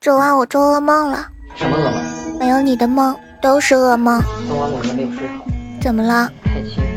这晚我做噩梦了，什么噩梦？没有你的梦都是噩梦。昨晚我们没有睡好，怎么了？太清